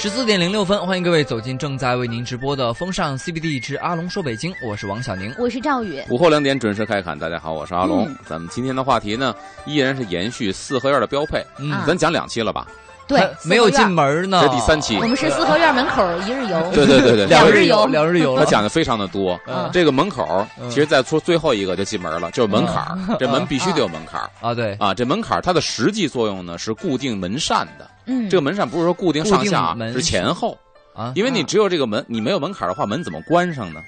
十四点零六分，欢迎各位走进正在为您直播的风尚 CBD 之阿龙说北京，我是王小宁。我是赵宇。午后两点准时开侃，大家好，我是阿龙。嗯咱们今天的话题呢，依然是延续四合院的标配，嗯啊咱讲两期 了吧？对还，没有四合院进。门呢，这第三期我们是四合院门口一日游。对对对对，两两日日游，游两日游他了。讲的非常的多。嗯这个门口，嗯其实再说最后一个就进门了，就是门槛儿。这门必须得有门槛儿啊，对，啊！这门槛儿它的实际作用呢是固定门扇的。嗯，这个门扇不是说固定固上下定门啊，是前后。啊因为你啊只有这个门，你没有门槛儿的话，门怎么关上呢？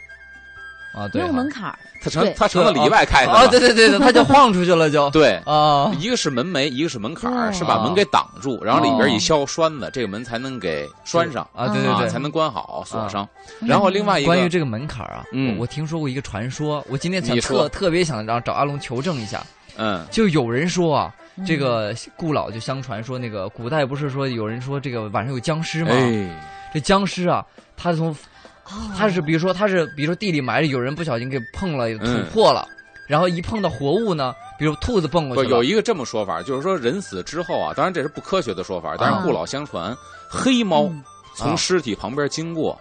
啊，没对，有门槛儿。它成对它成了里外开的啊，了。对对对，对他就晃出去了，就对，啊，一个是门楣，一个是门槛儿，对是把门给挡住，然后里哦边一削栓子，这个门才能给栓上啊，对嗯对啊，对才。能关好锁上。嗯然后另外一关于个，这个门槛儿啊，嗯我我听说过一个传说，我今天想你特说特别想让找阿龙求证一下，嗯，就有人说啊，嗯这个故老就相传说，那个古代不是说有人说这个晚上有僵尸吗？哎，这僵尸啊，他从哦他是比如说他是比如说地里埋着，有人不小心给碰了嗯土破了，然后一碰到活物呢，比如兔子蹦过不去了，有一个这么说法，就是说人死之后啊，当然这是不科学的说法，但啊是故老相传，黑猫嗯啊从尸体旁边经过，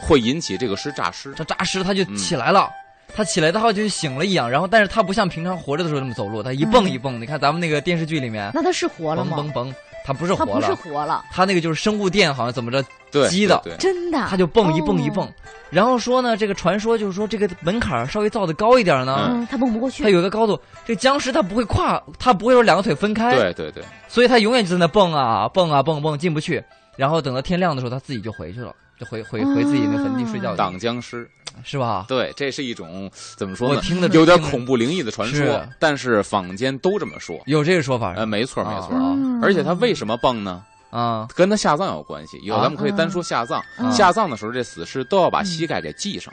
会引起这个尸诈尸。这诈尸他就起来嗯了。他起来，他好像就醒了一样，然后，但是他不像平常活着的时候那么走路，他一嗯蹦一蹦。你看咱们那个电视剧里面，那他是活了蹦吗蹦？蹦，他不是他活不是了，活了，他那个就是生物电，好像怎么着，对，鸡的对，对真的。他就蹦一蹦一哦蹦。然后说呢，这个传说就是说这个门槛儿稍微造的高一点儿呢，嗯，他蹦不过去它。有一个高度，这僵尸它不会跨，它不会说两个腿分开，对对对，所以它永远就在那蹦啊蹦啊蹦蹦进不去，然后等到天亮的时候，它自己就回去了，就回回回自己那啊坟地睡觉去了，挡僵尸。是吧？对，这是一种怎么说我呢？听的有点恐，怖灵异的传是说，但是坊间都这么说。有这个说法呃，没错没错。啊嗯而且它为什么蹦呢？啊跟他下葬有关系。以后啊咱们可以单说下葬。嗯下葬的时候，这死尸都要把膝盖给系上，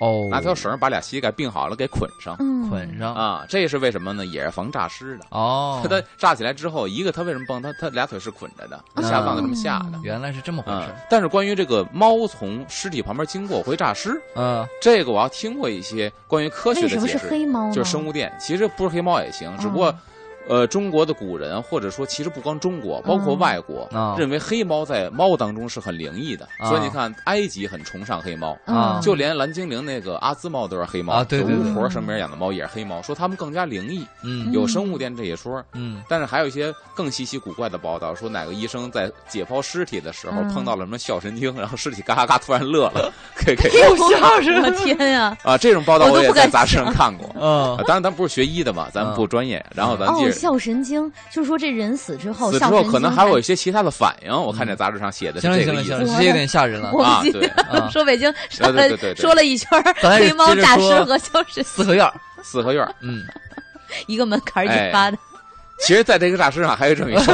哦，拿条绳儿把俩膝盖并好了给捆上。嗯捆上啊，这是为什么呢？也是防诈尸的。 哦，它炸起来之后，一个它为什么蹦？它它俩腿是捆着的，嗯下葬是这么下的。原来是这么回嗯事，，但是关于这个猫从尸体旁边经过会诈尸，嗯这个我要听过一些关于科为学的什么解是释，黑猫呢？就是生物电。其实不是黑猫也行，只不过嗯，呃，中国的古人或者说其实不光中国，包括嗯外国，啊认为黑猫在猫当中是很灵异的，啊哦所以你看埃及很崇尚黑猫，啊嗯就连蓝精灵那个阿兹猫都是黑猫啊对对就对巫婆身边养的猫也是黑猫，说他们更加灵异，嗯有生物电这一说。嗯但是还有一些更稀奇古怪的报道，说哪个医生在解剖尸体的时候嗯碰到了什么笑神经，然后尸体嘎嘎嘎突然乐了，给给又吓人我天呀！啊！这种报道我都也不在敢杂志上看过。嗯啊，当然咱不是学医的嘛，咱们啊不专业。然后咱接哦，着笑神经，就是说这人死之后，死之笑后神可经能还会有一些其他的反应。我看这杂志上写的是嗯行了行这个了意行思了，。这有点吓人了。我啊们今对啊天 说北京上对对对对对说了一圈儿咱还是黑猫接着诈尸说和消失四合院儿，四合院儿。嗯，一个门槛儿哎引发的。其实，在这个大师上还有这么一 说，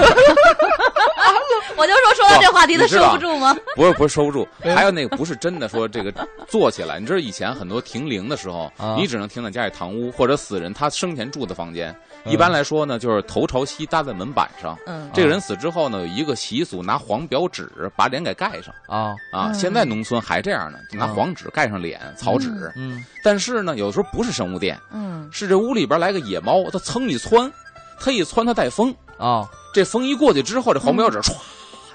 我就说说到这话题，他你知收道不住吗？不是不是收 不住，还有那个不是真的说这个坐起来。你知道以前很多停灵的时候啊，你只能停在家里堂屋或者死人他生前住的房间。嗯啊一般来说呢，就是头朝西搭在门板上。嗯，这个人死之后呢，有一个习俗，拿黄表纸把脸给盖上啊，啊。嗯现在农村还这样呢，就拿嗯黄纸盖上脸，草纸。嗯，但是呢，有时候不是生物电，嗯，是这屋里边来个野猫，它噌一窜，它一窜它带风，哦这风一过去之后，这黄标纸唰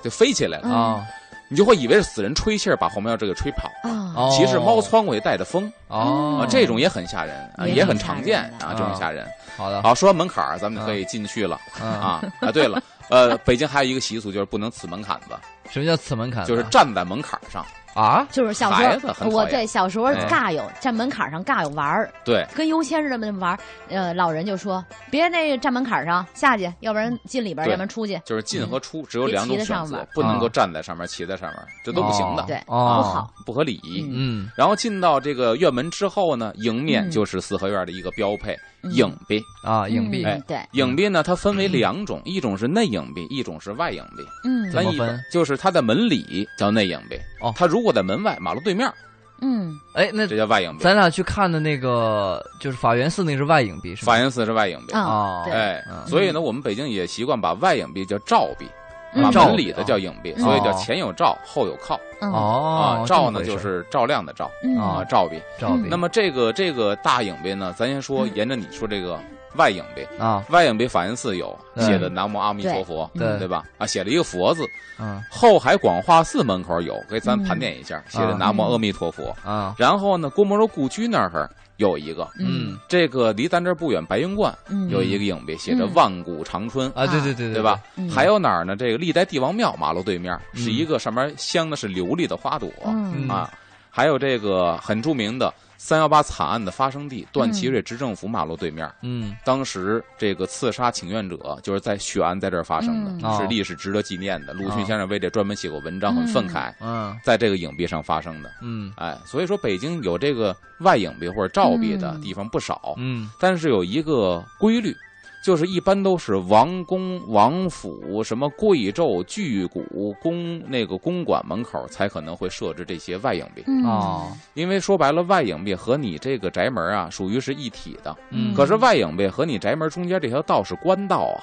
就飞起来了，嗯哦你就会以为是死人吹气儿把黄标纸给吹跑。啊，哦，其实猫窜过去带着风哦啊，这种也很吓人啊，也也很挺吓常人见的哦嗯啊，这种吓人。好的好，说完门槛儿，咱们就可以进去了啊，啊啊！对了， 呃，北京还有一个习俗就是不能刺门槛子，什么叫此嗯门槛呢？就是站在门槛儿上。啊，就是小孩时子很候，我讨厌对小时候哎尬有站门槛上尬有玩儿，对，跟游谦似的那么玩儿。呃，老人就说别那站门槛上下去，要不然进里边儿，对要不然出去，就是进和出只嗯有别两种骑在选上面择儿，不能够啊站在上面，骑在上面，这都不行的哦对哦不好，不合理。嗯嗯，然后进到这个院门之后呢，迎面嗯就是四合院的一个标配嗯影壁。啊，硬币，嗯对，影壁呢，它分为两种，一种是内影壁，一种是外影壁。嗯怎么咱一般分就是它在门里叫内影壁，哦它如果在门外马路对面，嗯，哎，那这叫外影壁。咱俩去看的那个就是法源寺那是外影壁是吧？法源寺是外影壁，啊哦，对哎嗯，所以呢，我们北京也习惯把外影壁叫照壁，嗯把照门里的叫影壁，嗯所以叫前有照，后有靠嗯哦啊。，这照么呢回事就儿是照亮的照嗯啊，啊照壁。照壁，嗯那么这个这个大影壁呢，咱先说，沿着你说这个外影壁，啊，外影壁法源寺有嗯写的“南无阿弥陀佛”，对对吧？啊，写了一个“佛”字。嗯后海广化寺门口有，给咱嗯盘点一下，写啊的“南无阿弥陀佛”啊，然后呢，郭沫若故居那儿有一个，嗯这个离咱这儿不远，白云观嗯有一个影壁，写着嗯“万古长春”，啊，对对对嗯对吧？？嗯还有哪儿呢？这个历代帝王庙马路对面嗯是一个上面镶的是琉璃的花朵嗯嗯啊，还有这个很著名的三幺八惨案的发生地段祺瑞执政府马路对面，嗯当时这个刺杀请愿者就是在血案在这儿发生嗯的，是历史值得纪念的。鲁迅哦先生为这专门写过文章，很愤慨，嗯在这个影壁上发生的。嗯哎，所以说北京有这个外影壁或者照壁的嗯地方不少，嗯但是有一个规律，就是一般都是王宫、王府、什么贵胄、巨贾、公那个公馆门口才可能会设置这些外影壁，嗯哦因为说白了，外影壁和你这个宅门啊属于是一体的。嗯，可是外影壁和你宅门中间这条道是官道啊，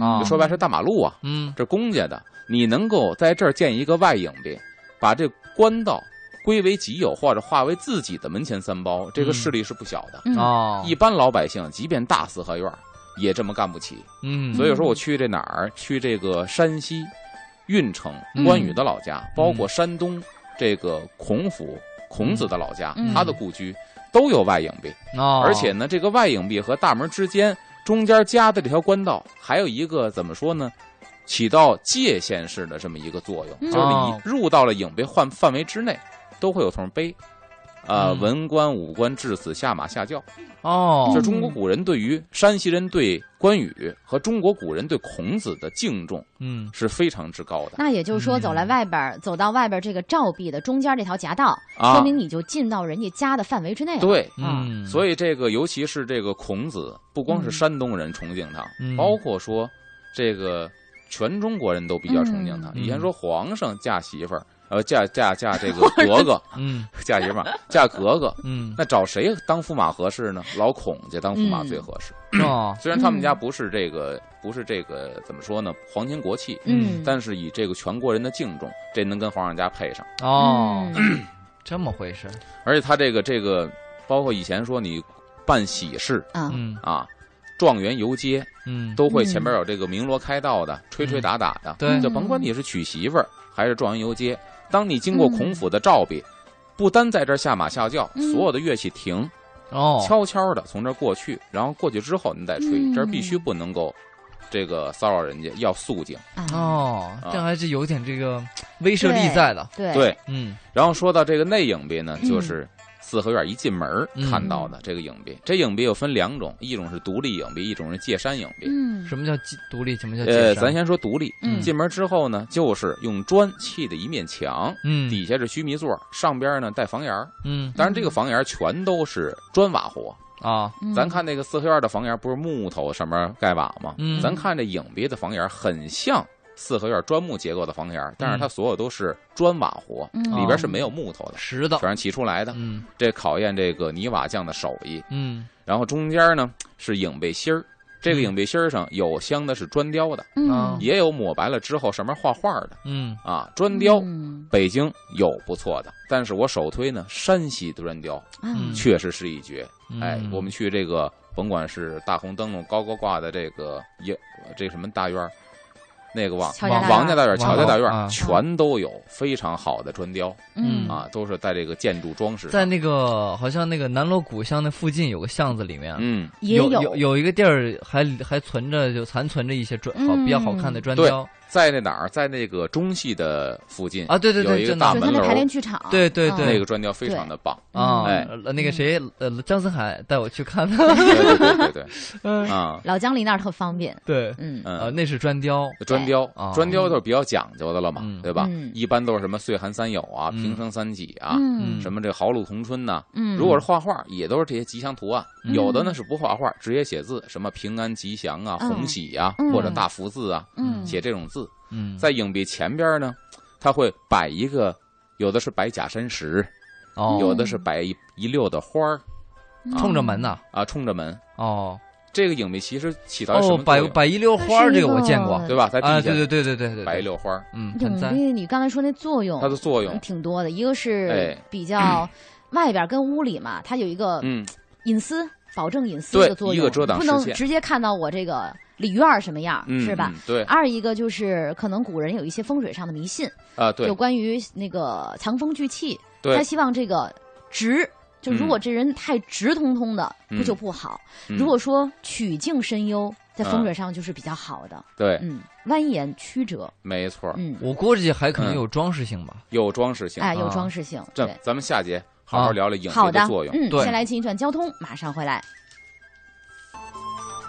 啊嗯就说白是大马路啊，嗯这公家的，你能够在这儿建一个外影壁，把这官道归为己有，或者化为自己的门前三包，这个嗯势力是不小的。嗯哦一般老百姓，即便大四合院儿，也这么干不起。嗯，所以说，我去这哪儿？去这个山西运城嗯关羽的老家，包括山东这个孔府孔子的老家，嗯他的故居都有外影壁，哦，而且呢，这个外影壁和大门之间中间夹的这条官道，还有一个怎么说呢？起到界限式的这么一个作用，嗯就是你哦入到了影壁范范围之内，都会有通碑，啊、嗯文官武官至此下马下轿。哦就中国古人对于山西人对关羽和中国古人对孔子的敬重嗯是非常之高的那也就是说，嗯走来外边儿，走到外边儿这个照壁的中间这条夹道，说啊。明你就进到人家家的范围之内了。，对，嗯，所以这个尤其是这个孔子，不光是嗯山东人崇敬他，嗯包括说这个全中国人都比较崇敬他。嗯以前说皇上嫁媳妇儿，呃，嫁嫁嫁这个格 格，嗯嫁媳妇儿嫁格格，嗯那找谁当驸马合适呢？老孔家当驸马最合适。哦虽然他们家嗯不是这个，不是这个怎么说呢，皇亲国戚，嗯，但是以这个全国人的敬重，这能跟皇上家配上。哦，嗯这么回事儿而且他这个这个，包括以前说你办喜事啊，嗯啊，状元游街嗯都会嗯前边有这个鸣锣开道的，吹吹打打的，对就甭管你是娶媳妇儿还是状元游街，当你经过孔府的照壁。不单在这儿下马下轿，嗯所有的乐器停，哦悄悄的从这儿过去，然后过去之后您再吹，嗯这儿必须不能够，这个骚扰人家，要肃静。啊，哦，啊这还是有点这个威慑力在的，对对，嗯然后说到这个内影壁呢，嗯就是四合院一进门儿嗯看到的这个影壁。这影壁又分两种，一种是独立影壁，一种是界山影壁。嗯什么叫基独立，什么叫啊界呃，山咱先说独立。嗯进门之后呢，就是用砖砌的一面墙，嗯底下是须弥座，上边呢带房檐儿。嗯当然，这个房檐儿全都是砖瓦活。啊嗯咱看那个四合院的房檐儿不是木头上面盖瓦吗？嗯咱看这影壁的房檐儿很像四合院砖木结构的房檐儿，但是嗯它所有都是砖瓦活，嗯里边是没有木头的，石头全是砌出来的。哦嗯这考验这个泥瓦匠的手艺。嗯然后中间呢是影壁芯儿，这个嗯影壁芯儿上有镶的是砖雕的，啊嗯也有抹白了之后上面画画的嗯啊。砖雕、嗯北京有不错的，但是我首推呢山西砖雕，啊嗯确实是一绝。嗯哎，我们去这个甭管是大红灯笼高高挂的这个也这什么大院儿。那个王乔家大王院王家大院、王乔家大院、啊全都有非常好的砖雕、嗯啊，都是在这个建筑装饰上。在那个好像那个南锣鼓巷那附近有个巷子里面，嗯，也有有有一个地儿还还存着就残存着一些砖好比较好看的砖雕在那哪儿，在那个中戏的附近啊，对对有对，一真个的大就门他那楼排练剧场，对对啊对那个砖雕非常的棒，啊，哎呃那个谁呃张森海带我去看 对的，对对对嗯对，啊，老姜离那儿特方便，对，嗯呃嗯，那是砖雕，砖雕啊，砖雕都是比较讲究的了嘛嗯，对吧嗯？一般都是什么岁寒三友啊，嗯平生三几啊，嗯什么这豪鲁同春呐。嗯，如果是画画，也都是这些吉祥图案，嗯有的呢是不画画，直接写字，什么平安吉祥啊、嗯红喜啊嗯，或者大福字啊，嗯写这种字。嗯，在影壁前边呢，它会摆一个，有的是摆假山石，哦有的是摆一一溜的花儿嗯冲着门呐，啊，冲着门。哦这个影壁其实起到什哦么，作摆用？摆一溜花儿这个我见过它是一对吧？在地下、啊，对对对对对对，摆一溜花儿，嗯，很影赞，壁，你刚才说那作用，它的作用嗯，挺多的，一个是哎 比较外边跟屋里嘛，它有一个嗯，隐私，保证隐私的对作用，一个遮挡不能视线直接看到我这个里院儿什么样儿，嗯，是吧？嗯？对二一个就是，可能古人有一些风水上的迷信，啊，对有关于那个藏风聚气，对他希望这个直，就如果这人太直通通的，嗯不就不好？嗯如果说曲径深幽，在嗯风水上就是比较好的，对，嗯，蜿蜒曲折，没错儿，嗯，我估计还可能嗯有装饰性吧。有装饰性。哎，啊有装饰性，这对，哦咱们下节好好啊聊聊影好子的的作，用。嗯，对先来进一段交通，马上回来。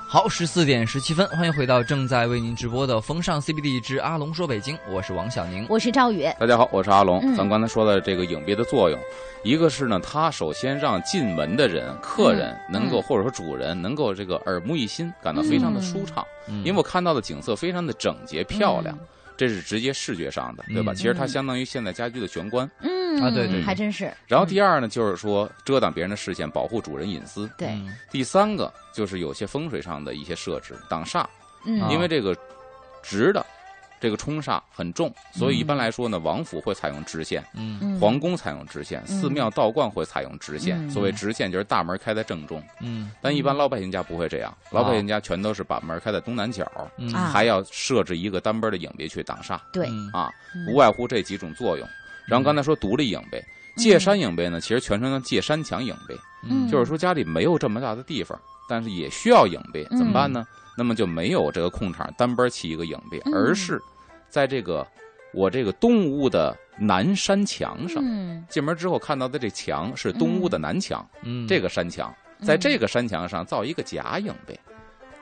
好，十四点十七分，欢迎回到正在为您直播的风尚 CBD 之阿龙说北京，我是王小嗯宁。我是赵宇，大家好，我是阿龙。嗯咱们刚才说的这个影壁的作用，一个是呢，它首先让进门的人、客人能够，嗯或者说主人能够这个耳目一新，感到非常的舒畅。嗯因为我看到的景色非常的整嗯洁漂亮，这是直接视觉上的，对吧？嗯其实它相当于现代家居的玄关。嗯，啊对对对还真是，然后第二呢，就是说遮挡别人的视线，保护主人隐私。对，嗯第三个就是有些风水上的一些设置挡煞，嗯，因为这个直的这个冲煞很重，所以一嗯般来说呢，王府会采用直线。嗯嗯皇宫采用直线，寺庙道观会采用直线。嗯所谓直线就是大门开在正中，嗯哦但一般老百姓家不会这样，老百姓家全都是把门开在东南角，嗯啊还要设置一个单边的影壁去挡煞对，嗯啊，嗯无外乎这几种作用。然后刚才说独立影壁，嗯界山影壁呢，其实全称叫界山墙影壁，嗯就是说家里没有这么大的地方，但是也需要影壁，嗯怎么办呢？那么就没有这个空场单边砌一个影壁，嗯而是在这个我这个东屋的南山墙上。嗯，进门之后看到的这墙是东屋的南墙，嗯这个个山墙，在这个个山墙上造一个假影呗。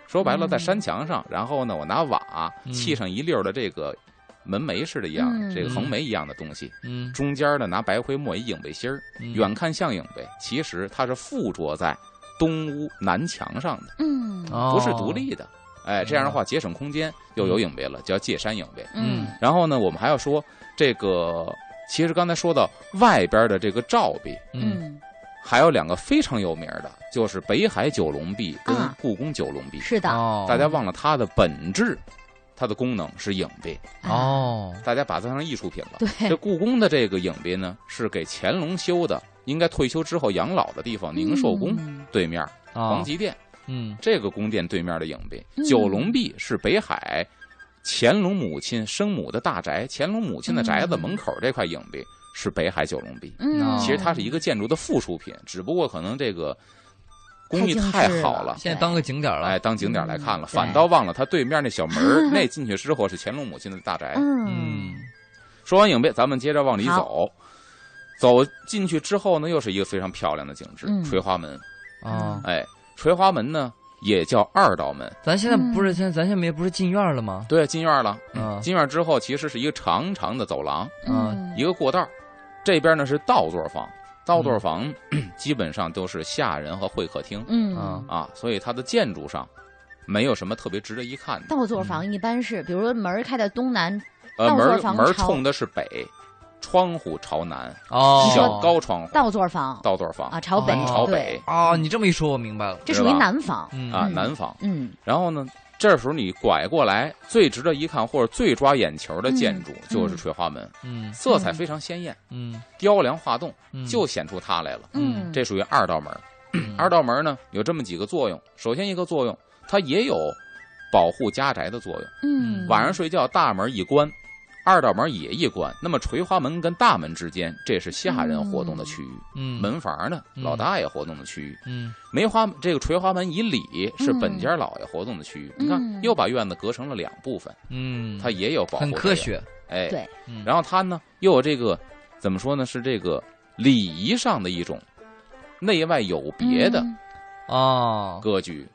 说白了，嗯在山墙上，然后呢，我拿瓦嗯砌上一溜儿的这个门楣似的一样，嗯这个横楣一样的东西，嗯中间呢拿白灰抹一影背心儿，嗯远看像影呗，其实它是附着在东屋南墙上的，嗯不不是独哦立的。哎，这样的话节省空间，又有影背了，叫借山影背。嗯然后呢，我们还要说这个，其实刚才说到外边的这个照壁，嗯嗯，还有两个非常有名的，就是北海九龙壁跟啊故宫九龙壁。是嗯的，哦大家忘了它的本质，它的功能是影壁，啊，哦大家把它当成艺术品了。对，这故宫的这个影壁呢，是给乾隆修的，应该退休之后养老的地方，宁寿宫嗯对面啊皇极殿嗯这个宫殿对面的影壁嗯。九龙壁是北海乾隆母亲生母的大宅，乾隆母亲的宅子嗯门口这块影壁是北海九龙壁。嗯，哦其实它是一个个建筑的附属品，只不过可能这个工艺太精太致好了了。现在当个景点哎，了当景点来看了，嗯反对倒忘了它对面那小门 儿那进去之后是乾隆母亲的大宅。嗯说完影壁，咱们接着往里好走，走进去之后呢，又是一个非常漂亮的景致嗯——垂花门。啊嗯哎，垂花门呢也叫二道门，咱现在不嗯是现在咱现在没不是进院了吗？对，进院了。嗯进院之后其实是一个长长的走廊，嗯一个过道，这边呢是道座房，道嗯座房 基本上都是下人和会客厅。嗯啊。啊，所以它的建筑上没有什么特别值得一看的。倒座房一般是，比如说门儿开在东南，呃，倒门座儿房门儿朝冲的是北，窗户朝南，哦你小说高窗户，倒座房倒座房啊，朝北，门哦朝对，北啊，你这么一说，我明白了。这是属于吧南房，嗯啊，嗯南房。嗯然后呢，这时候你拐过来，最值得一看或者最抓眼球的建筑就是嗯垂花门，嗯色彩非常鲜艳，嗯雕梁画栋，嗯，就显出它来了。嗯，这属于二道门。二道门呢有这么几个作用，首先一个作用，它也有保护家宅的作用。嗯晚上睡觉大门一关，二道门也一关。那么垂花门跟大门之间，这是下人活动的区域，嗯门房呢嗯老大爷活动的区域。嗯梅花这个垂花门以里是本家老爷活动的区域。嗯你看，又把院子隔成了两部分，嗯，它也有保护。很科，学。哎，对嗯然后它呢又有这个怎么说呢？是这个礼仪上的一种内外有别的嗯哦，格局。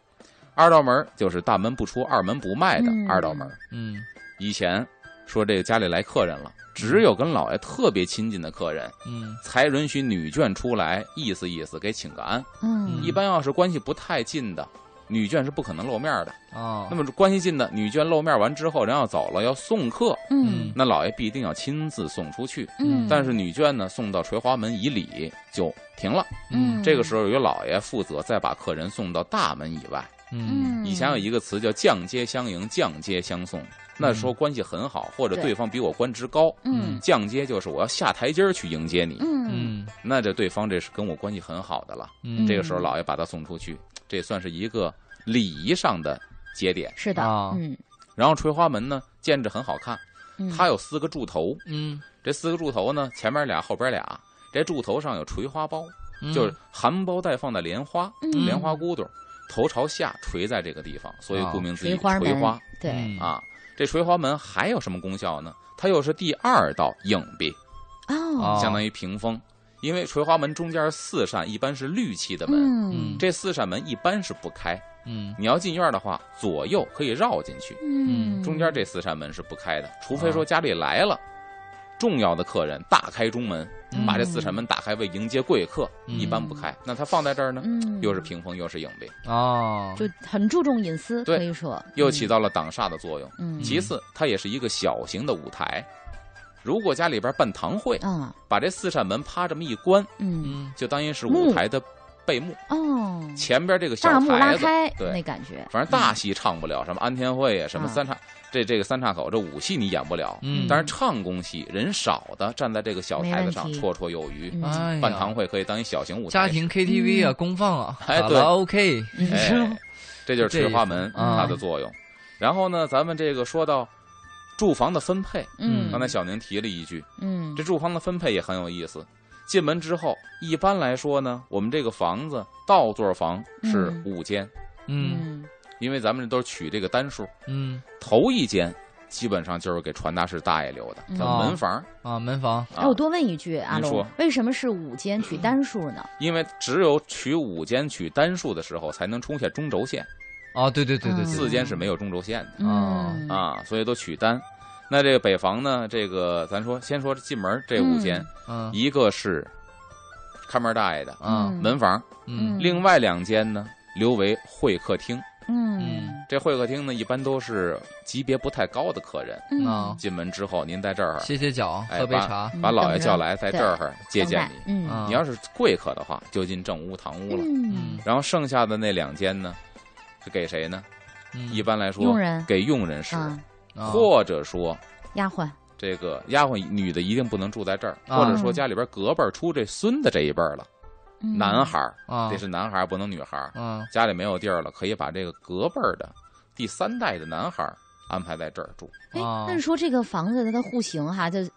二道门就是大门不出，二门不迈的嗯二道门。嗯以前说这个家里来客人了，只有跟老爷特别亲近的客人嗯才允许女眷出来意思意思，给请个安。嗯一般要是关系不太近的，女眷是不可能露面的。哦，那么关系近的女眷露面完之后，人要走了要送客，嗯那老爷必定要亲自送出去。嗯，但是女眷呢，送到垂花门以里就停了。嗯这个时候由老爷负责再把客人送到大门以外。嗯，嗯，以前有一个词叫“降阶相迎，降阶相送”，那时候关系很好，或嗯者对对方比我官职高，嗯降阶就是我要下台阶儿去迎接你，嗯嗯那这对方这是跟我关系很好的了。嗯，这个时候老爷把他送出去，这算是一个礼仪上的节点。是的啊，嗯然后垂花门呢，建着很好看，嗯，它有四个柱头，嗯，这四个柱头呢，前面俩，后边俩。这柱头上有垂花苞，嗯就是含苞待放的莲花，嗯莲花骨朵儿头朝下垂在这个地方，所以啊顾名思义，哦垂花垂门花对嗯啊。这垂花门还有什么功效呢？它又是第二道影壁，哦，啊相当于屏风。因为垂花门中间四扇一般是绿漆的门，嗯这四扇门一般是不开。嗯你要进院儿的话，左右可以绕进去，嗯，中间这四扇门是不开的，除哦非说家里来了重要的客人，大开中门，嗯把这四扇门打开为迎接贵客，嗯一般不开。那它放在这儿呢，嗯又是屏风，又是影壁，哦，就很注重隐私，对可以说又起到了挡煞的作用。嗯其次，它也是一个小型的舞台。如果家里边办堂会，啊把这四扇门啪这么一关，嗯嗯就当于是舞台的背幕，哦，前边这个小大幕拉台子，开对那感觉，嗯反正大戏唱不了，什么安天会呀，什么啊三岔，这这个三岔口，这武戏你演不了。嗯，但是唱功戏人少的站在这个小台子上没问题绰绰有余，嗯哎呀办堂会可以当一小型舞台。家庭 KTV 啊，公放啊，哎卡对拉 OK，嗯哎，这就是这垂花门啊它的作用。然后呢，咱们这个说到住房的分配，嗯刚才小宁提了一句，嗯这住房的分配也很有意思。进门之后，一般来说呢，我们这个房子倒座房是嗯五间，嗯嗯因为咱们都是取这个单数，嗯头一间基本上就是给传达室大爷留的，嗯咱们门房。啊，门房啊哎，我多问一句，阿您龙说，嗯为什么是五间取单数呢？因为只有取五间取单数的时候，才能出现中轴线，啊，对对对对四对，间是没有中轴线的哦嗯，啊，所以都取单。那这个北房呢，这个咱说先说进门这五间，嗯一个是看门大爷的啊嗯门房，嗯嗯另外两间呢留为会客厅。嗯嗯这会客厅呢，一般都是级别不太高的客人嗯啊进门之后，您在这儿歇歇脚，哎喝杯茶，把老等爷着叫来，在这儿嗯接等见待你。嗯啊你要是贵客的话，就进正屋堂屋了。嗯嗯然后剩下的那两间呢，是给谁呢？嗯，一般来说，佣人给佣人使，啊啊或者说丫鬟这个丫鬟女的一定不能住在这儿，啊或者说家里边隔辈儿出这孙子这一辈儿了，嗯男孩儿啊得是男孩儿，不能女孩儿，啊家里没有地儿了，可以把这个隔辈儿的第三代的男孩儿安排在这儿住。哎啊，那说这个房子它的户型哈，就以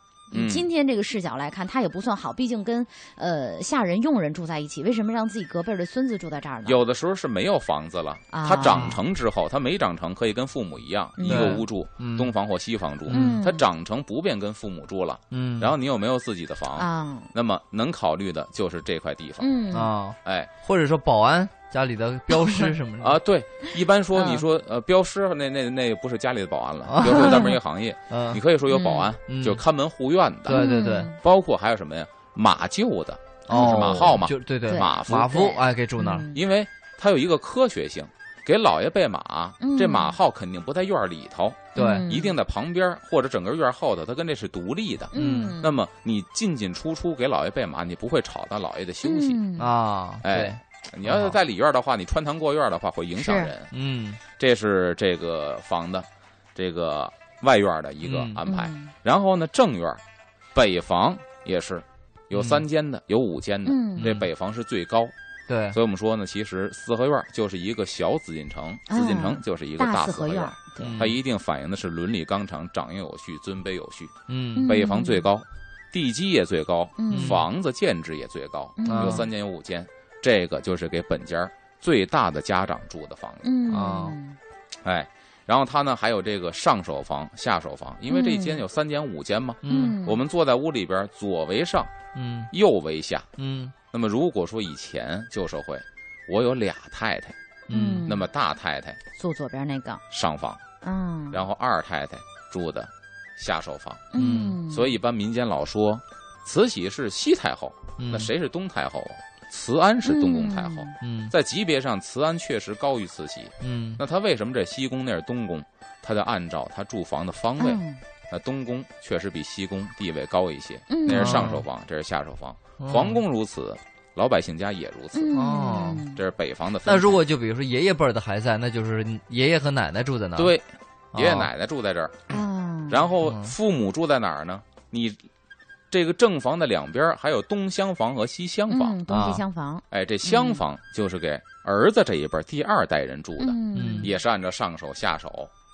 嗯今天这个视角来看，它也不算好，毕竟跟呃下人、佣人住在一起，为什么让自己隔辈儿的孙子住在这儿呢？有的时候是没有房子了，啊他长成之后，他没长成可以跟父母一样，嗯一个屋住，嗯东房或西房住。嗯，他长成不便跟父母住了，嗯，然后你有没有自己的房？啊，那么能考虑的就是这块地方。嗯啊，哎或者说保安家里的镖师什么的啊，对，一般说嗯你说呃，镖师那那那不是家里的保安了啊，镖师专门一个行业，你嗯，可以说有保安，嗯就看门护院的，对对对，嗯包括还有什么呀，马厩的，哦，是马号嘛就对对对马夫马夫对，哎，给住那儿，嗯因为它有一个科学性。给老爷备马嗯，这马号肯定不在院里头，对，一定在旁边或者整个院后头，它跟这是独立的。嗯，那么你进进出出给老爷备马，你不会吵到老爷的休息。嗯，啊，对，哎你要是在里院的话，你穿堂过院的话会影响是人。嗯这是这个房的这个外院的一个嗯安排。嗯然后呢，正院北房也是有三间的，有五间的。嗯这北房是最高，对，所以我们说呢，其实四合院就是一个小紫禁城，嗯紫禁城就是一个大四合院。儿，对，嗯它一定反映的是伦理纲常、长幼有序、尊卑有序。嗯北房最高，地基也最高，嗯房子建制也最高，嗯啊有三间有五间。这个就是给本家儿最大的家长住的房子。嗯啊哎，然后它呢还有这个上手房、下手房，因为这一嗯间有三间、五间嘛。嗯我们坐在屋里边，左为上，嗯右为下。嗯那么如果说以前旧社会，我有俩太太，嗯那么大太太坐左边那个，上房，嗯，然后二太太住的下手房。嗯，所以一般民间老说，慈禧是西太后，嗯，那谁是东太后啊？慈安是东宫太后，嗯在级别上，慈安确实高于慈禧。嗯那她为什么这西宫那是东宫？她就按照她住房的方位，嗯，那东宫确实比西宫地位高一些，嗯哦那是上手房，这是下手房。嗯皇宫如此，老百姓家也如此。嗯，哦这是北方的分那法。如果就比如说爷爷辈儿的还在，那就是爷爷和奶奶住在那儿。对哦，爷爷奶奶住在这儿，啊，然后嗯父母住在哪儿呢？你这个正房的两边儿还有东厢房和西厢房，嗯，东啊西厢房，哎，这厢房就是给儿子这一辈儿第二代人住的，嗯，也是按照上手下手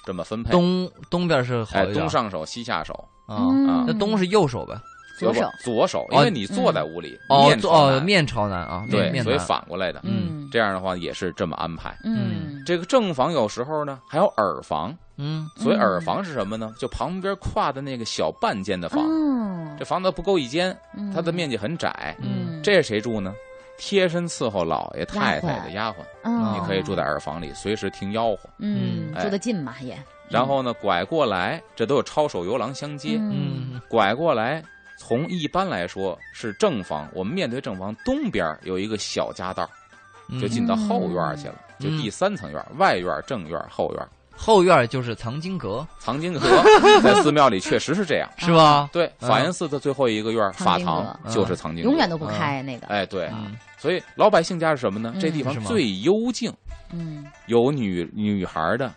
这么分配。东东边是好哎一，点东上手西下手，啊，嗯那东是右手呗？左手要不左手，哦因为你坐在屋里，哦，面左朝哦南面朝南啊，面对，面所以南反过来的。嗯，这样的话也是这么安排。嗯，这个正房有时候呢还有耳房，嗯所以嗯耳房是什么呢？就旁边跨的那个小半间的房，哦这，房子不够一间，它的嗯面积很窄，嗯，这是谁住呢？贴身伺候老爷太太的丫鬟，哦你可以住在，耳房里，随时听吆喝。嗯，哎住得近嘛也，然后呢，拐过来，这都有抄手游廊相接，嗯拐过来。从一般来说是正房，我们面对正房东边有一个小夹道，嗯，就进到后院儿去了，就嗯第三层院儿，外院儿、正院儿、后院儿。后院就是藏经阁，藏经阁在寺庙里确实是这样。是吧？对，嗯法源寺的最后一个院儿藏法经阁堂就是藏经阁，永远都不开那个，嗯哎，对，嗯所以老百姓家是什么呢？嗯这地方是吗最幽静，嗯，有女女孩儿的，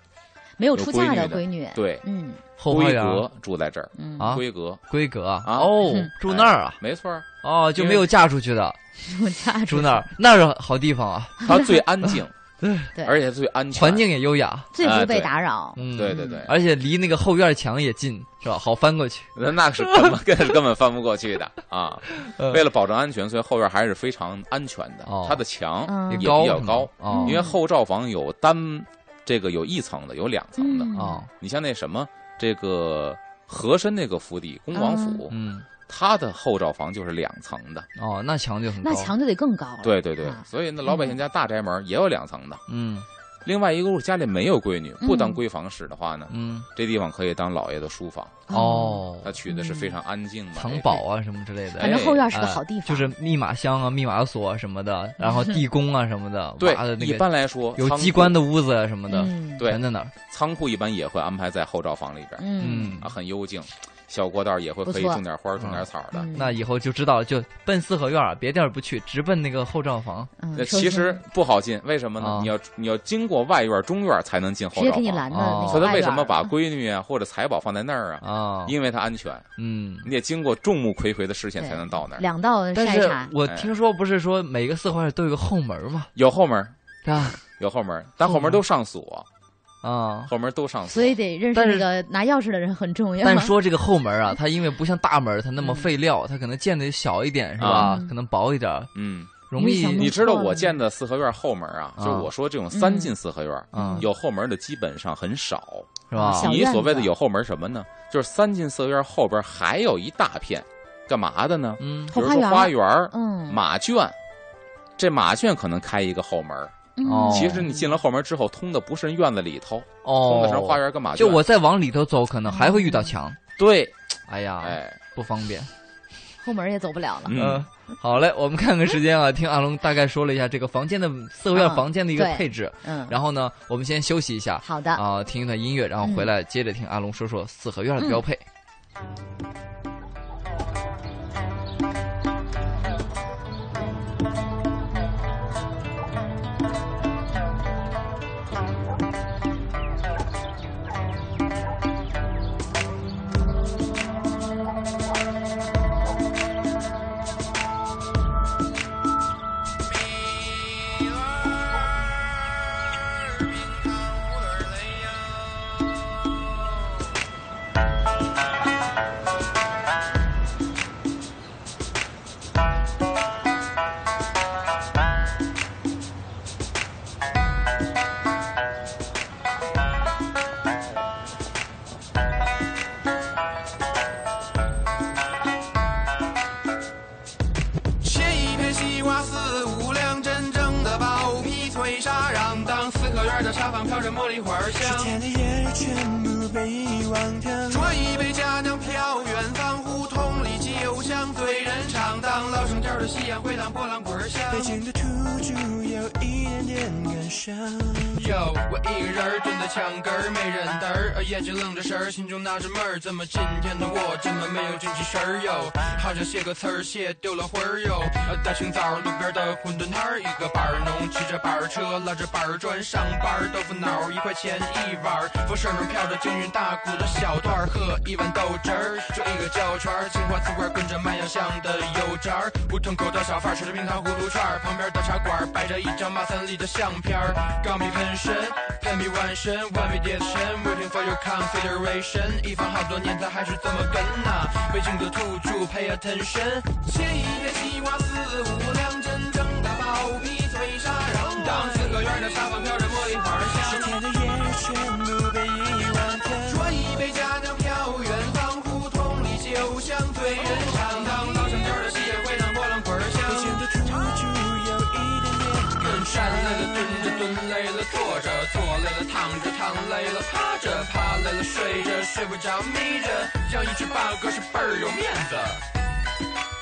没有有出嫁闺的女的闺女，对，嗯后花闺园阁住在这儿，嗯啊闺阁闺阁啊啊哦嗯，住那儿啊，没 错儿，哦，就因为没有嫁出去的，出嫁住那儿那是好地方啊，它最安静，对，而且最安全，环境也优雅，最不被哎对打扰，嗯，对对对，而且离那个后院墙也近，是吧？好翻过去。那那是根本 根本根本翻不过去的 啊！呃为了保证安全，所以后院还是非常安全的哦，它的墙嗯也比也高较是吗高，哦因为后罩房有单，这个有一层的，有两层的。嗯哦，你像那什么，这个和珅那个府邸恭王府，嗯它的后罩房就是两层的。哦，那墙就很高，那墙就得更高了，对对对啊，所以那老百姓家大宅门也有两层的。嗯另外一个，如果家里没有闺女，不当嗯闺房使的话呢，嗯这地方可以当老爷的书房。哦他，取的是非常安静嗯的藏宝，啊什么之类的，反正后院是个哎好地方， 就是密码箱啊、密码锁啊什么的，然后 地宫啊什么的，对挖的，那一个般来说有仓库机关的屋子啊什么的，嗯，对全在那儿。仓库一般也会安排在后罩房里边嗯嗯啊，，很幽静。小过道也会不可以错种点花儿、种点草的。嗯那以后就知道，就奔四合院儿，别地儿不去，直奔那个后罩房。嗯那收其实心不好进，为什么呢？啊你要你要经过外院、中院才能进直后接罩给你房。拦到哦那所个以他外为院什儿嗯么把闺女啊或者财宝放在那儿哦啊？啊，因为它安全，嗯，你得经过众目睽睽的视线对才能到那儿。两道但筛是查？我哎听说不是说每个四合院都有个后门儿嘛，有后门儿，是吧？有后门儿，但后后门门儿都上锁， 啊，后门儿都上哦锁所。以得认识但那是个拿钥匙的人很重要。 但说这个后门儿啊，它因为不像大门儿，它那么嗯费料，它可能建的小一点是吧嗯？可能薄一点儿，嗯，容易你想不你知道错嗯我了建的四合院后门儿啊，啊就我说这种三进四合院儿，啊，有后门儿的基本上很少。是吧？小你所谓的院子有后门儿什么呢？就是三进四合院后边儿还有一大片，干嘛的呢？嗯，比后如花说园儿，花园儿、嗯，马圈，这马圈可能开一个后门儿。嗯哦其实你进了后门之后，通的不是院子里头，通的是花哦，园跟马圈。就我再往里头走，可能还会哦遇到墙。对，哎呀，哎，不方便。后门也走不了了。嗯嗯，，好嘞，我们看看时间啊，听阿龙大概说了一下这个房间的四合院啊房间的一个对配置，嗯，然后呢，我们先休息一下好的，嗯啊、听一段音乐，然后回来接着听阿龙说说四合院的标配。碧园儿，冰糖葫芦儿嘞哟。切一片西瓜四五两，真正的包皮脆沙瓤。当四合院的沙发飘着茉莉花世香，间的夜全部被遗忘掉。端一杯佳酿飘远方，胡同里酒香醉人肠。当老生调的夕阳会让波浪滚儿北向。京的土著有一点点感伤，哟，我一人儿蹲在墙根儿没人搭儿，呃眼睛愣着神儿，心中纳着闷儿，怎么今天的我这么没有精气神儿哟？好像写个词儿写丢了魂儿哟。呃大清早路边的馄饨摊儿，一个板儿农骑着板儿车拉着板儿砖上班儿，豆腐脑儿一块钱一碗儿，风绳上飘着京韵大鼓的小段儿，喝一碗豆汁儿，转一个胶圈儿，青花瓷罐儿跟着麦芽香的油渣儿，胡同口的小贩儿吃着冰糖葫芦串儿，旁边的茶馆儿摆着一张马三立的相片儿，高米喷身，pay me one 身，one me this 身，waiting for your consideration，一放好多年他还是这么跟呐、北京的土著 pay attention，切一片西瓜四五两，真正的包皮脆沙瓤，当四合院的沙发飘着茉莉花香夏。天的夜全部被遗忘掉。端一杯佳酿飘远方，胡同里酒香醉人肠。当稻香村的夕阳会让波浪滚儿北京响。的土著有一点点蹲站累了，蹲着蹲累了，坐着坐累了，躺着躺累了，趴着趴累了，睡着睡不着，眯着，养一只八哥是倍儿有面子。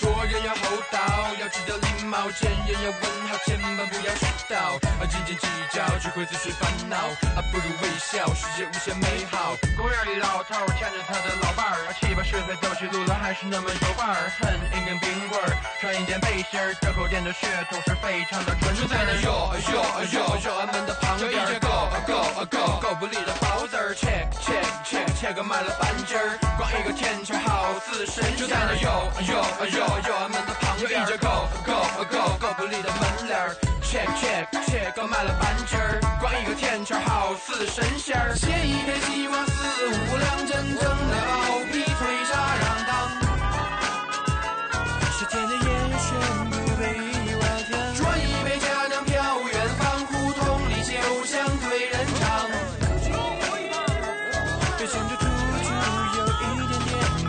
做人要厚道，要知道礼貌；见人要问好，千万不要迟到。啊，斤斤计较只会自寻烦恼，啊，不如微笑，世界无限美好。公园里老头儿牵着他的老伴儿，啊七八十岁走起路来还是那么有范儿。哼，一根冰棍儿，穿一件背心儿，这口店的血统是非常的纯正。在那哟哟哟右安门的旁边，一只狗狗狗狗不理的包子儿，切切切切个卖了半斤儿，光一个天桥好似神仙儿。就在那哟哟哟右安门的旁边，一只狗狗狗狗不理的门脸儿。check check check，刚卖了半截儿，光一个天桥好似神仙儿。写一篇希望四五两，真正的老皮推沙让当。夏天的夜全部被遗忘掉。端一杯佳酿飘远方，胡同里酒香醉人肠。北京的土著有一点点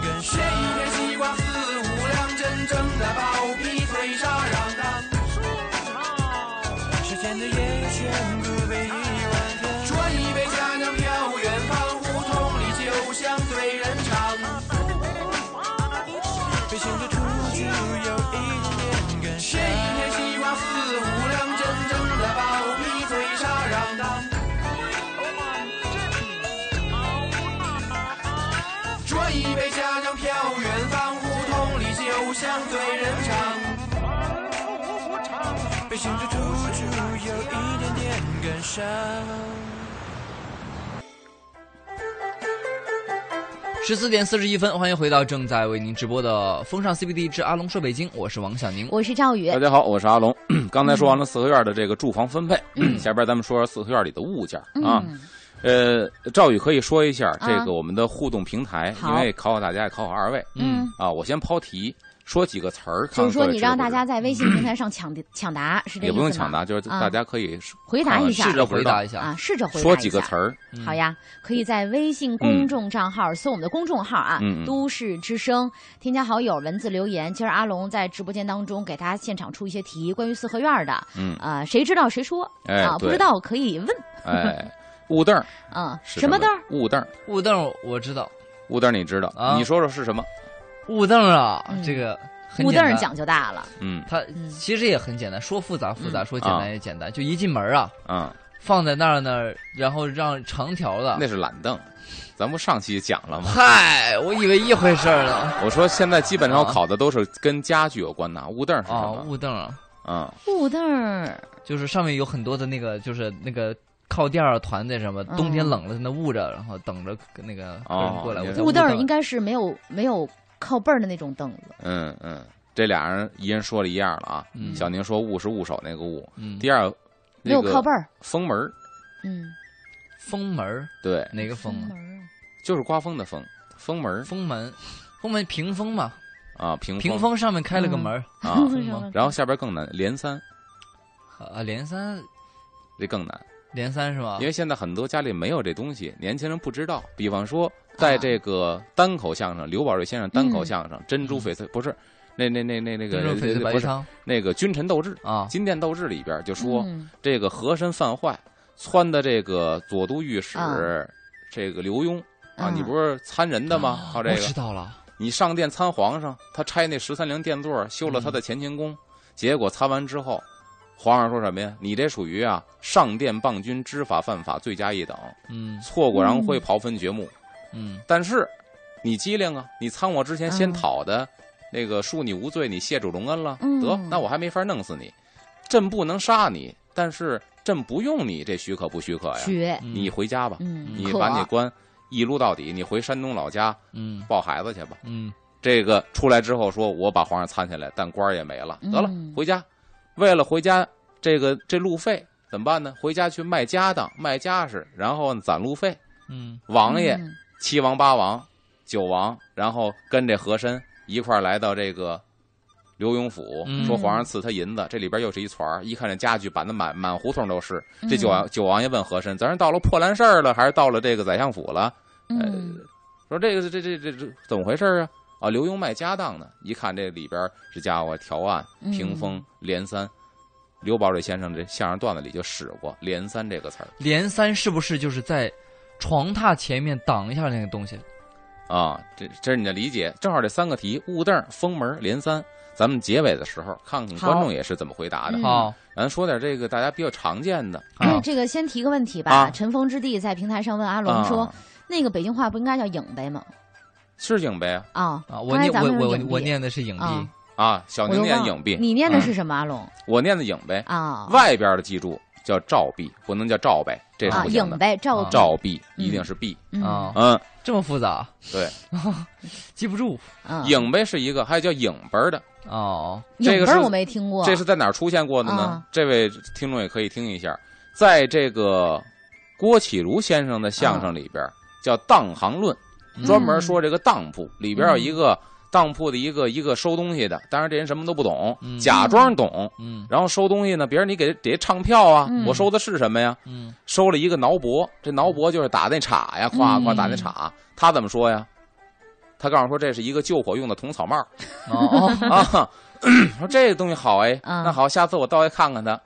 感写伤。一篇西瓜四五两，真正的老皮推沙让当。夏天的夜全部被遗忘掉。端一杯佳酿飘远方，胡同里酒香醉人肠。北京的土著有一点点感写伤。一篇西瓜四五两，真正的老皮推沙让当。端一杯佳酿飘远方，胡同里酒香醉人肠。北京的土著有一点点感伤。十四点四十一分，欢迎回到正在为您直播的《风尚 CBD 之阿龙说北京》，我是王小宁。我是赵宇大，家好，我是阿龙。 刚才嗯说完了四合院的这个住房分配，下边咱们说说四合院里的物件儿啊。嗯，呃，赵宇可以说一下这啊个我们的互动平台，好因为考考大家，也考考二位嗯，啊。我先抛题，说几个词儿，看就看是说各位你知道让不大知家道在微信平台上抢抢答，是这意也思不吗？用抢答，就是啊大家可以说回答一下啊试着不知回道答一下啊，试着回答说一几个下词儿。 嗯好呀，可以在微信公众账号、搜我们的公众号啊，嗯嗯都市之声，添加好友，文字留言。今儿阿龙在直播间当中给大家现场出一些题，关于四合院儿的，嗯啊、谁知道谁说、哎啊，对不知道可以问哎，雾凳儿啊，是什么凳凳儿儿？？雾凳儿，雾凳我知道，雾凳儿你知道？啊你说说是什么？雾凳啊，嗯这个很五简凳单儿讲究大了，嗯它嗯其实也很简单，说复杂复杂，嗯说简啊单也简单，就一进门啊，啊，放在那儿呢，然后让长条啊的。那是懒凳，咱不上期讲了吗？嗨，我以为一回事儿 呢。我说现在基本上啊我考的都是跟家具有关的，雾凳儿是什啊，哦么？雾凳啊，啊，五凳儿就是上面有很多的那个，就是那个靠垫儿、啊团子什么，嗯冬天冷了在那捂着，然后等着那个客人过来。哦我叫五雾凳儿儿应该是没有没有靠背儿的那种凳子，嗯嗯，这俩人一人说了一样了啊。嗯小宁说雾是雾手那个雾，嗯，第二没有那个靠背儿，风门儿嗯，风门儿对，哪个风啊？门儿就是刮风的风，风门儿风门，风门屏风嘛，啊，屏屏风上面开了个门儿 啊啊 是吗然后下边更难，连三啊，连三这更难，连三是吧因？为现在很多家里没有这东西，年轻人不知道。比方说，啊在这个单口相声，刘宝瑞先生单口相声《珍珠翡翠》不是，那那那那那嗯珍个珠翡翠白不玉是汤那个君臣斗智。啊，金殿斗智里边就说嗯这个和珅犯坏，撺掇这个左都御史、嗯这个刘墉啊，嗯你不是参人的吗？靠这我个知，道了，你上殿参皇上，他拆那十三陵殿座，修了他的乾清宫，结果参完之后，皇上说什么呀？你这属于啊上殿谤君，知法犯法，罪加一等，嗯错过然会刨坟掘墓。嗯，但是你机灵啊，你参我之前先嗯讨的那个恕你无罪，你谢主隆恩了，嗯得，那我还没法弄死你，朕不能杀你，但是朕不用你，这许可不许可呀？绝，嗯你回家吧，嗯，你可把你关一撸到底，你回山东老家嗯抱孩子去吧。嗯这个出来之后说，我把皇上参下来，但官儿也没了，得了嗯，回家。为了回家，这个这路费怎么办呢？回家去卖家当、卖家什，然后呢攒路费。嗯王爷、嗯七王、八王、九王，然后跟这和珅一块儿来到这个刘永府，嗯说皇上赐他银子，这里边又是一团儿，一看这家具板的满满胡同都是。嗯这九王、九王爷问和珅：“咱是到了破烂事儿了，还是到了这个宰相府了？”呃嗯说这个这这这这怎么回事儿啊？啊，刘墉卖家当呢，一看这里边儿这家伙条案、嗯屏风、连三，刘宝瑞先生这相声段子里就使过“连三”这个词儿连三是不是就是在床榻前面挡一下那个东西？啊，这这是你的理解。正好这三个题：雾凳、封门、连三。咱们结尾的时候看看好观众也是怎么回答的嗯。好，咱说点这个大家比较常见的 啊这个先提个问题吧。啊尘封之地在平台上问阿龙啊，说：“那个北京话不应该叫影呗吗是影呗？”啊，啊，我刚才念咱我们我说我影我壁念的是影啊帝，啊，小我宁都念忘了影壁，你念的嗯是什么？阿龙我念的影呗。啊，外边的记住叫照壁，不能叫照呗，这是啊不行影的。呗，照啊照壁一定是壁，嗯啊嗯，这么复杂，对， 记不住嗯影呗是一个，还有叫影呗儿的，哦。这影个呗是我没听过，这是在哪儿出现过的呢啊？这位听众也可以听一下，在这个郭启儒先生的相声里边儿叫《当行论》，嗯专门说这个当铺里边有一个当铺的一个一个收东西的，当然这人什么都不懂嗯，假装懂，嗯然后收东西呢，别人你给给唱票啊嗯，我收的是什么呀？嗯收了一个挠脖，这挠脖就是打那叉呀，夸夸嗯打那叉。他怎么说呀？他告诉我说这是一个救火用的铜草帽儿哦嗯哦啊， 说这个东西好哎，啊那好，下次我到来看看他，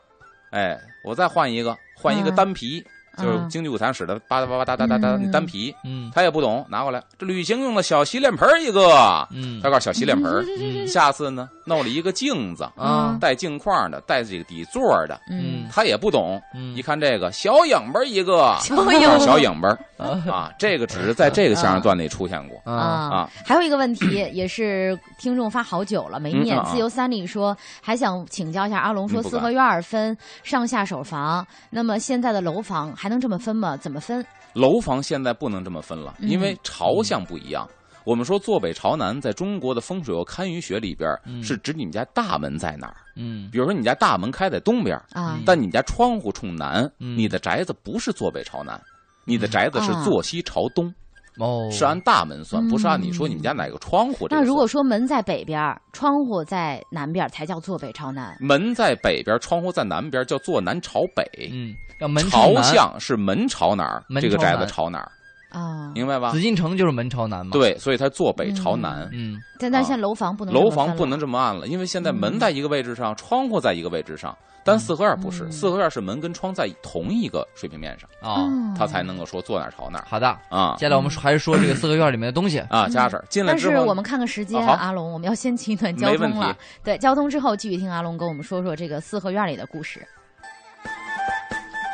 哎，我再换一个，换一个啊单皮，就是啊京剧舞台上使的叭叭叭哒哒哒哒嗯嗯单皮，嗯嗯他也不懂，拿过来，这旅行用的小洗脸盆儿一个，嗯他告诉小洗脸盆儿，嗯下次呢弄了一个镜子，啊带镜框的，带这个底座儿的，嗯他也不懂，嗯一看这个小影儿一个，小 影啊儿小影儿啊，这个只是在这个相声段里出现过啊啊。还有一个问题也是听众发好久了没念嗯啊，啊自由三里说还想请教一下阿龙，说嗯不四敢合院儿分上下手房，那么现在的楼房还能这么分吗？怎么分？楼房现在不能这么分了，嗯因为朝向不一样。我们说坐北朝南，在中国的风水和堪舆学里边儿，嗯是指你们家大门在哪儿。嗯比如说你家大门开在东边儿，啊嗯但你家窗户冲南，嗯你的宅子不是坐北朝南，你的宅子是啊坐西朝东，哦，是按大门算，不是按你说嗯你们家哪个窗户这那个如果算。说门在北边儿，窗户在南边儿，才叫坐北朝南。门在北边儿，窗户在南边儿，叫坐南朝北。嗯要门朝南，向是门朝哪儿，门这个朝宅子南朝哪儿，啊，明白吧紫？禁城就是门朝南嘛。，对，所以它坐北朝南。嗯但但啊现在楼房不能这么楼分房不了能这么按了，因为现在嗯门在一个位置上，窗户在一个位置上，但四合院不是，嗯四合院是门跟窗在同一个水平面上，啊，哦它才能够说坐哪儿朝哪儿好的，啊接下来我们说还是说这个四合院里面的东西。啊！加这儿进来嗯但之是后，我们看看时间，啊好阿龙，我们要先请一段交没通问题了。对，交通之后继续听阿龙跟我们说说这个四合院里的故事。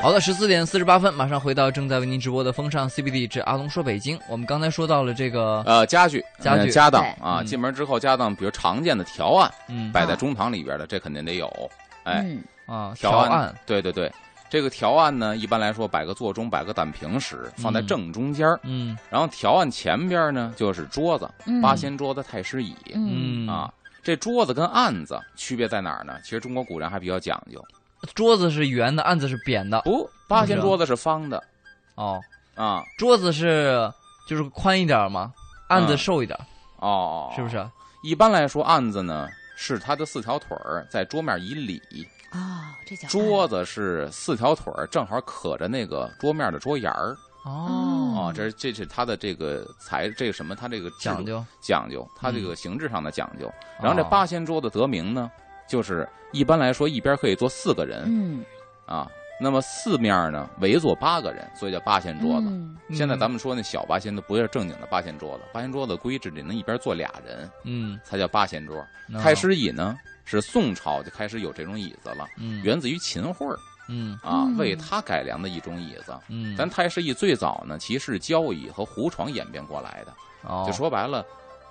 好的，十四点四十八分，马上回到正在为您直播的风尚 CBD 之阿龙说北京。我们刚才说到了这个，呃家具、啊家具呃家当对啊，嗯进门之后家当，比如常见的条案嗯摆在中堂里边的，这肯定得有，哎，嗯啊，条案，对对对，这个条案呢，一般来说摆个座钟，摆个胆平石，放在嗯正中间儿。嗯然后条案前边呢就是桌子，嗯八仙桌子、太师椅、嗯嗯，啊。这桌子跟案子区别在哪儿呢？其实中国古人还比较讲究，桌子是圆的，案子是扁的。不，八仙桌子是方的哦，啊，桌子是就是宽一点儿嘛，案子嗯瘦一点儿，哦，是不？是？一般来说，案子呢是它的四条腿儿在桌面以里，啊，这叫桌子是四条腿儿正好可着那个桌面的桌沿儿哦，啊，嗯这是这是它的这个材，这个什么，它这个制度讲究。讲究，它嗯这个形制上的讲究。然后这哦八仙桌的得名呢，就是一般来说一边可以坐四个人、嗯啊，那么四面呢围坐八个人，所以叫八仙桌子。嗯现在嗯咱们说那小八仙都不是正经的八仙桌子，八仙桌子规制里能一边坐俩人嗯，才叫八仙哦桌。那开始椅呢是宋朝就开始有这种椅子了，嗯源自于秦桧儿嗯啊嗯为他改良的一种椅子。嗯，咱太师椅最早呢，其实是交椅和胡床演变过来的。哦就说白了，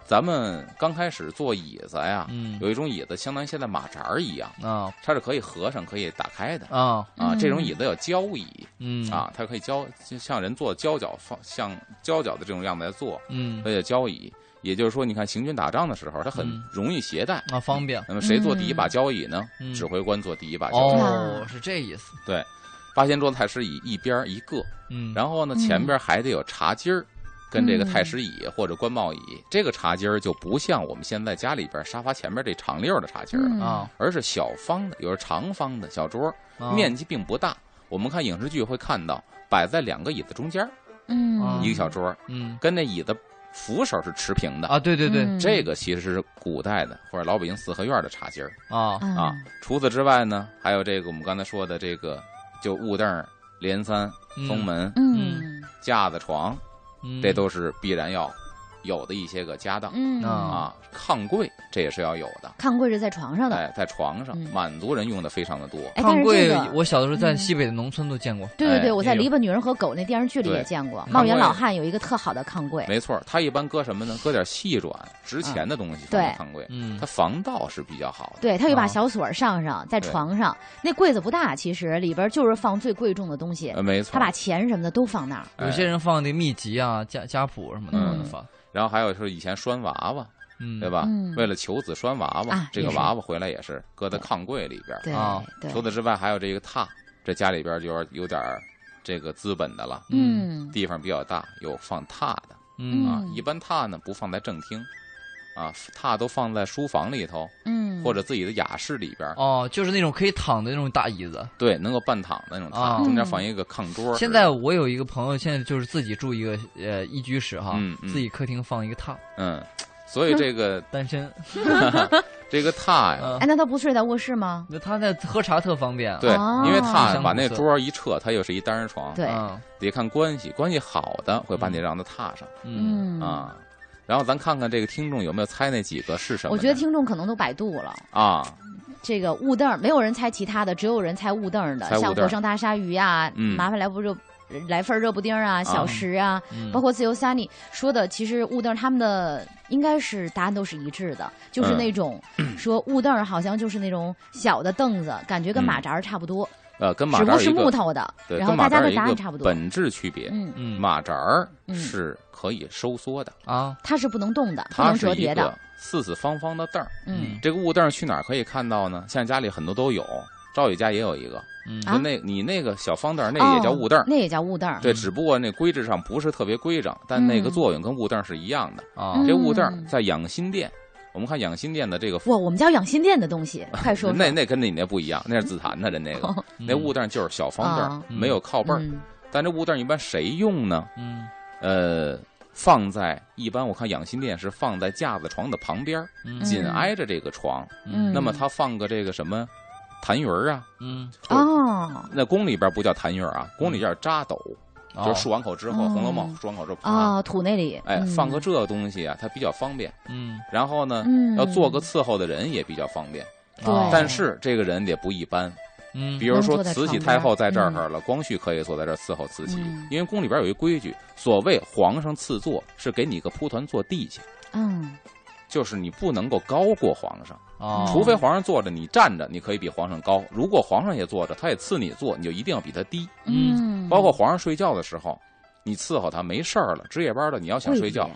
咱们刚开始坐椅子呀，嗯有一种椅子相当于现在马扎儿一样，啊它是可以合上、可以打开的啊啊。嗯这种椅子叫交椅嗯啊，它可以交就像人坐交脚放像交脚的这种样子来坐，嗯它叫交椅。也就是说，你看行军打仗的时候，它很嗯容易携带。啊方便那么谁坐第一把交椅呢？嗯指挥官坐第一把交椅。哦，是这意思八仙桌太师椅一边一个，嗯，然后呢，嗯前边还得有茶几儿，跟这个嗯太师椅或者官帽椅。这个茶几儿就不像我们现在家里边沙发前面这长溜儿的茶几儿了，嗯啊而是小方的，有时长方的小桌，啊面积并不大。我们看影视剧会看到，摆在两个椅子中间儿啊嗯，一个小桌，嗯跟那椅子扶手是持平的。啊对对对嗯这个其实是古代的或者老北京四合院的茶几儿啊啊。除此之外呢，还有这个我们刚才说的这个，就雾凳儿、连三、嗯封门、嗯架子床。嗯这都是必然要有的一些个家当、嗯啊啊。炕柜这也是要有的，看柜是在床上的，哎，在床上，嗯满族人用的非常的多。哎，但炕是柜这个，我小的时候在嗯西北的农村都见过对对哎对，我在《也有篱笆女人和狗》那电视剧里对也见过，炕茂源柜老汉有一个特好的炕柜，没错，它一般搁什么呢？搁点细软、值钱的东西放在炕柜，嗯它防盗是比较好的。对，他有把啊小锁上上，在对床上。那柜子不大，其实里边就是放最贵重的东西呃，，没错他。把钱什么的都放那儿。哎有些人放的秘籍啊家家谱什么的嗯往那放然后还有就是以前拴娃娃，嗯对吧？嗯为了求子拴娃娃，啊这个也是娃娃回来也是搁在炕柜里边。对啊对，除此之外，还有这个榻，这家里边就有有点儿这个资本的了，嗯嗯地方比较大，有放榻的。嗯啊嗯，一般榻呢不放在正厅，啊，榻都放在书房里头嗯，或者自己的雅室里边儿，哦就是那种可以躺的那种大椅子。对，能够半躺的那种啊哦榻，中间嗯放一个炕桌儿。现在我有一个朋友，现在就是自己住一个呃一居室哈嗯，嗯自己客厅放一个炕，嗯，所以这个单身。这个榻呀，嗯哎，，那他不睡在卧室吗？那他那喝茶特方便啊。对，哦因为互榻相把不那是桌儿一撤，它又是一单人床，对，嗯得看关系，关系好的会把你让到榻上嗯嗯，啊。然后咱看看这个听众有没有猜那几个是什么呢？我觉得听众可能都百度了，啊，这个雾凳儿没有人猜其他的，只有人猜雾凳儿的猜，雾像凳火儿生大鲨鱼啊，嗯麻烦来不热来份儿热布丁儿啊，小食啊，嗯包括自由 Sunny 说的，其实雾凳儿他们的应该是答案都是一致的，就是嗯那种、 说雾凳儿好像就是那种小的凳子，感觉跟嗯马扎儿差不多，呃，跟马只不扎过儿是一木个头的，对，然跟后马大家扎儿的一答案个差不多。本质区别，嗯，嗯马扎儿嗯是可以收缩的。啊它是不能动的，不它能是折一叠的个。四四方方的凳儿。嗯，这个雾凳儿去哪儿可以看到呢？现在家里很多都有，赵宇家也有一个。嗯就啊哦那你那个小方凳儿，那也叫雾凳儿。那也叫雾凳儿。对，只不过那规制上不是特别规整，但那嗯个作用跟雾凳儿是一样的。啊嗯这雾凳儿在养心殿，我们看养心殿的这个，哇，我们家有养心殿的东西，快说说。那那跟你那不一样，那是紫檀的人那个，那雾凳儿就是小方凳哦儿，没有靠背儿。嗯但这雾凳儿一般谁用呢？嗯呃，放在一般我看养心殿是放在架子床的旁边儿，嗯紧挨着这个床。嗯那么它放个这个什么痰盂儿啊，嗯哦那宫里边不叫痰盂儿啊，宫里叫扎斗，哦就是漱完口之后，哦红楼梦漱完口之后啪，哦，土那里。哎，嗯放个这个东西啊，它比较方便。嗯然后呢，嗯要做个伺候的人也比较方便，对哦但是这个人得不一般。嗯比如能坐说在慈禧床太边后在这儿嗯了，光绪可以坐在这儿伺候慈禧嗯，因为宫里边有一规矩，所谓皇上赐座是给你一个蒲团坐地下，嗯就是你不能够高过皇上。哦除非皇上坐着，你站着，你可以比皇上高；如果皇上也坐着，他也赐你坐，你就一定要比他低。嗯，包括皇上睡觉的时候，你伺候他没事儿了，值夜班的你要想跪睡觉着，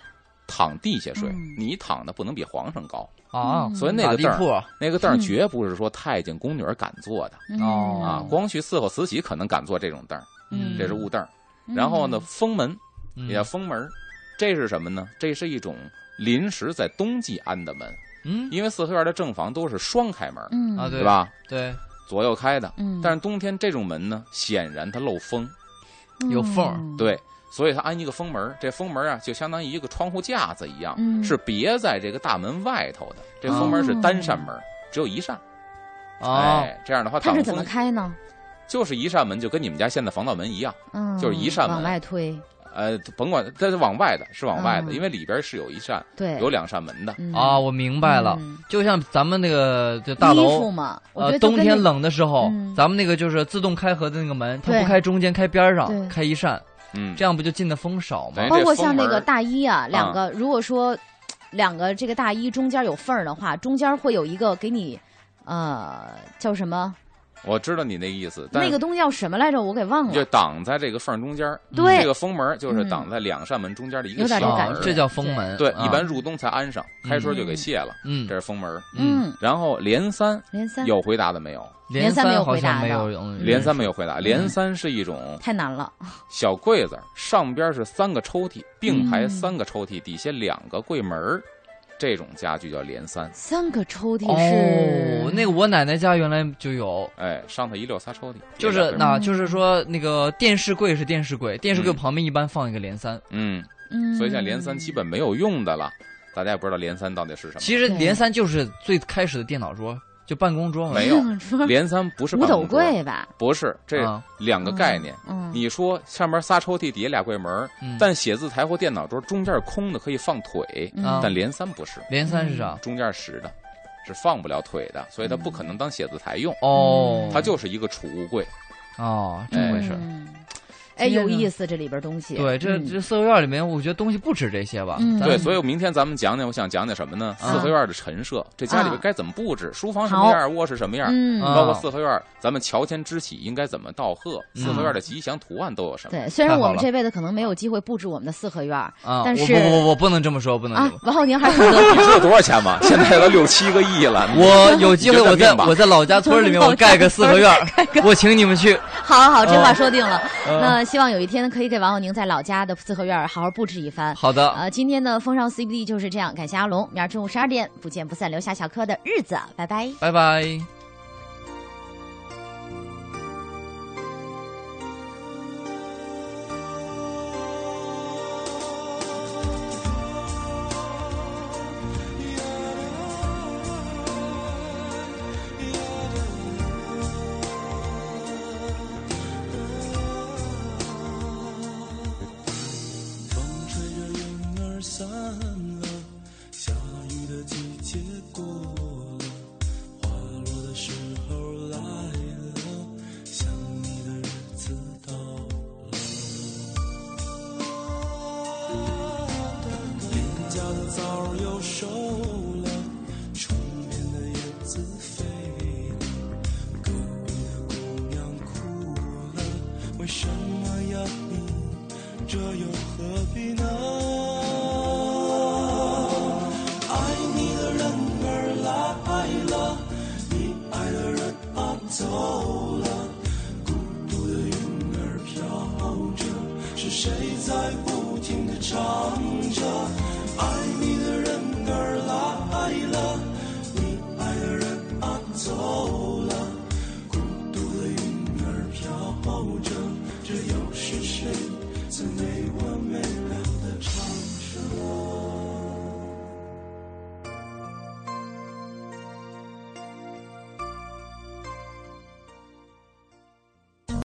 躺地下睡嗯，你躺的不能比皇上高。啊嗯所以那打个地凳铺儿，那个凳儿嗯绝不是说太监宫女儿敢坐的哦啊。光绪伺候慈禧可能敢坐这种凳儿，嗯这是雾凳儿。然后呢，，封门也叫封门儿，这是什么呢？这是一种临时在冬季安的门，嗯因为四合院的正房都是双开门儿，嗯啊对对吧？对左右开的。嗯，但是冬天这种门呢，显然它漏风，有缝儿嗯，对，所以它安一个风门儿，这风门儿啊，就相当于一个窗户架子一样，嗯是别在这个大门外头的。这风门儿是单扇门儿，只有一扇，啊哎，这样的话哦它挡是怎么风。开呢？就是一扇门，就跟你们家现在防盗门一样，嗯，就是一扇门往外推，呃，甭管它是往外的，是往外的，嗯因为里边是有一扇对，有两扇门的。嗯啊，，我明白了，嗯就像咱们那个就大楼衣服嘛，我觉呃，得就冬跟天那，冷的时候，嗯咱们那个就是自动开合的那个门，它对不开中间，开边儿对上，开一扇，嗯，这样不就进的风少吗对？包括这像那风门个儿大衣啊，两嗯个如果说两个这个大衣中间有缝儿的话，中间会有一个给你。呃，叫什么？我知道你那意思，但那是个东西叫什么来着？我给忘你就了。挡在这个缝儿中间儿，对这个封门儿就是挡嗯在两扇门中间的一有个点小这啊感门觉嗯儿这叫封门。对，啊一般入冬才安上，开春就给卸了，嗯这是封门儿。嗯，嗯，然后连三连三有回答的没有？连连三没有好回答像没有的用，连三没有回嗯答，连三是一种太难了。小柜子，上边是三个抽屉，并排嗯三个抽屉，底下两个柜门儿，这种家具叫连三。三个抽屉嗯是、哦，那个我奶奶家原来就有，哎，上头一溜仨抽屉，就这是两个那，嗯就是说那个电视柜是电视柜，电视柜嗯旁边一般放一个连三。嗯，嗯，所以现在连三基本没有用的了，大家也不知道连三到底是什么。其实对连三就是最开始的电脑桌，就办公桌嘛。没有说连三不是嗯五办斗公桌，柜吧？不是这啊两个概念。嗯，你说上面仨抽屉，底下俩柜门儿，嗯但写字台或电脑桌中间是空的，可以放腿，嗯啊但连三不是，连三是啊啥？中间是实的，是放不了腿的，所以它不可能当写字台嗯用，哦，它就是一个储物柜。哦，这么回事儿。嗯哎，今天有呢意思，这里边东西。对，这嗯这四合院里面，我觉得东西不止这些吧。嗯咱对，们所以明天咱们讲讲，我想讲讲什么呢？啊四合院的陈设，这家里边啊该怎么布置？书房什么样？卧室什么样？嗯，啊包括四合院，咱们乔迁之喜应该怎么道贺？嗯四合院的吉祥图案都有什么？对，虽然太好我们了这辈子可能没有机会布置我们的四合院儿啊，但我是不不不，不能这么说，不能啊这么。王浩宁还是 很你知道多少钱吗？现在都六七个亿了。说。我 有机会，我你就再在变吧我在老家村儿里面，我盖个四合院儿，我请你们去。好好好，这话说定了。嗯那希望有一天可以给王浩宁在老家的四合院儿好好布置一番。好的，呃，今天的风尚 CBD 就是这样，感谢阿龙。明儿中午十二点不见不散，留下小柯的日子，拜拜。拜拜。风吹着云儿散了，下雨的季节过了，花落的时候来了，想你的日子到了。邻家的枣儿又熟了，窗边的叶子飞了，隔壁的姑娘哭了，为什么呀你？这又何必呢？爱你的人儿来了，你爱的人啊走了，孤独的云儿飘着，是谁在不停地唱着？